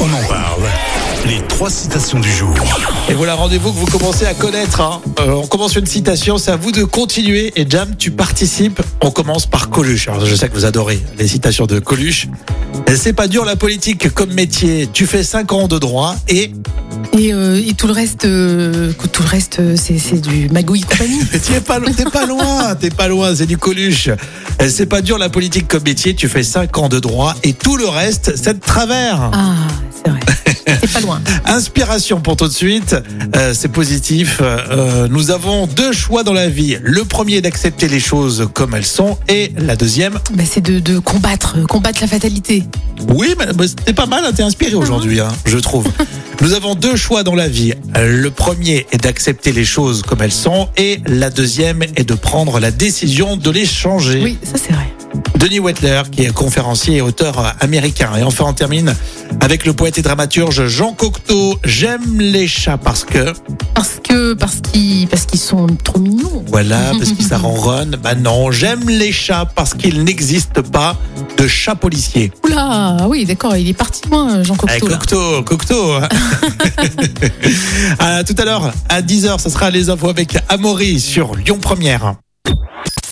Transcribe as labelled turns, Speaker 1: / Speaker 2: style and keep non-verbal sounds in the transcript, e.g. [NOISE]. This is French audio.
Speaker 1: On en parle. Les trois citations du jour.
Speaker 2: Et voilà, rendez-vous que vous commencez à connaître. hein. Euh, on commence une citation, c'est à vous de continuer. Et Jam, tu participes. On commence par Coluche. Alors, je sais que vous adorez les citations de Coluche. Et C'est pas dur la politique comme métier. Tu fais 5 ans de droit et
Speaker 3: Et, euh, et tout le reste, euh, tout le reste, euh, c'est c'est du magouille et compagnie.
Speaker 2: t'es pas, lo- t'es pas loin, [LAUGHS] t'es pas loin, c'est du Coluche. Et C'est pas dur la politique comme métier. Tu fais 5 ans de droit et tout le reste, c'est de travers.
Speaker 3: [LAUGHS] Ah, c'est vrai. C'est pas loin.
Speaker 2: Inspiration pour tout de suite, Euh, c'est positif. Euh, nous avons deux choix dans la vie. Le premier d'accepter les choses comme elles sont et la deuxième,
Speaker 3: Bah, c'est de, de combattre, euh, combattre la fatalité.
Speaker 2: oui, mais mais c'était pas mal, hein, t'es inspiré aujourd'hui, hein, je trouve. Nous avons deux choix dans la vie. Euh, Le premier est d'accepter les choses comme elles sont et la deuxième est de prendre la décision de les changer.
Speaker 3: Oui, ça c'est vrai.
Speaker 2: Denis Wettler, qui est conférencier et auteur américain. Et enfin, on termine avec le poète et dramaturge Jean Cocteau. J'aime les chats parce que...
Speaker 3: Parce que, parce qu'ils, parce qu'ils sont trop mignons.
Speaker 2: Voilà, parce que ça ronronne. Bah non, j'aime les chats parce qu'il n'existe pas de chat policier.
Speaker 3: Oula, ah oui, d'accord, il est parti loin, Jean
Speaker 2: Eh,
Speaker 3: Cocteau. là.
Speaker 2: Cocteau, Cocteau. [LAUGHS] à tout à l'heure, à 10h, ça sera les infos avec Amaury sur Lyon Première.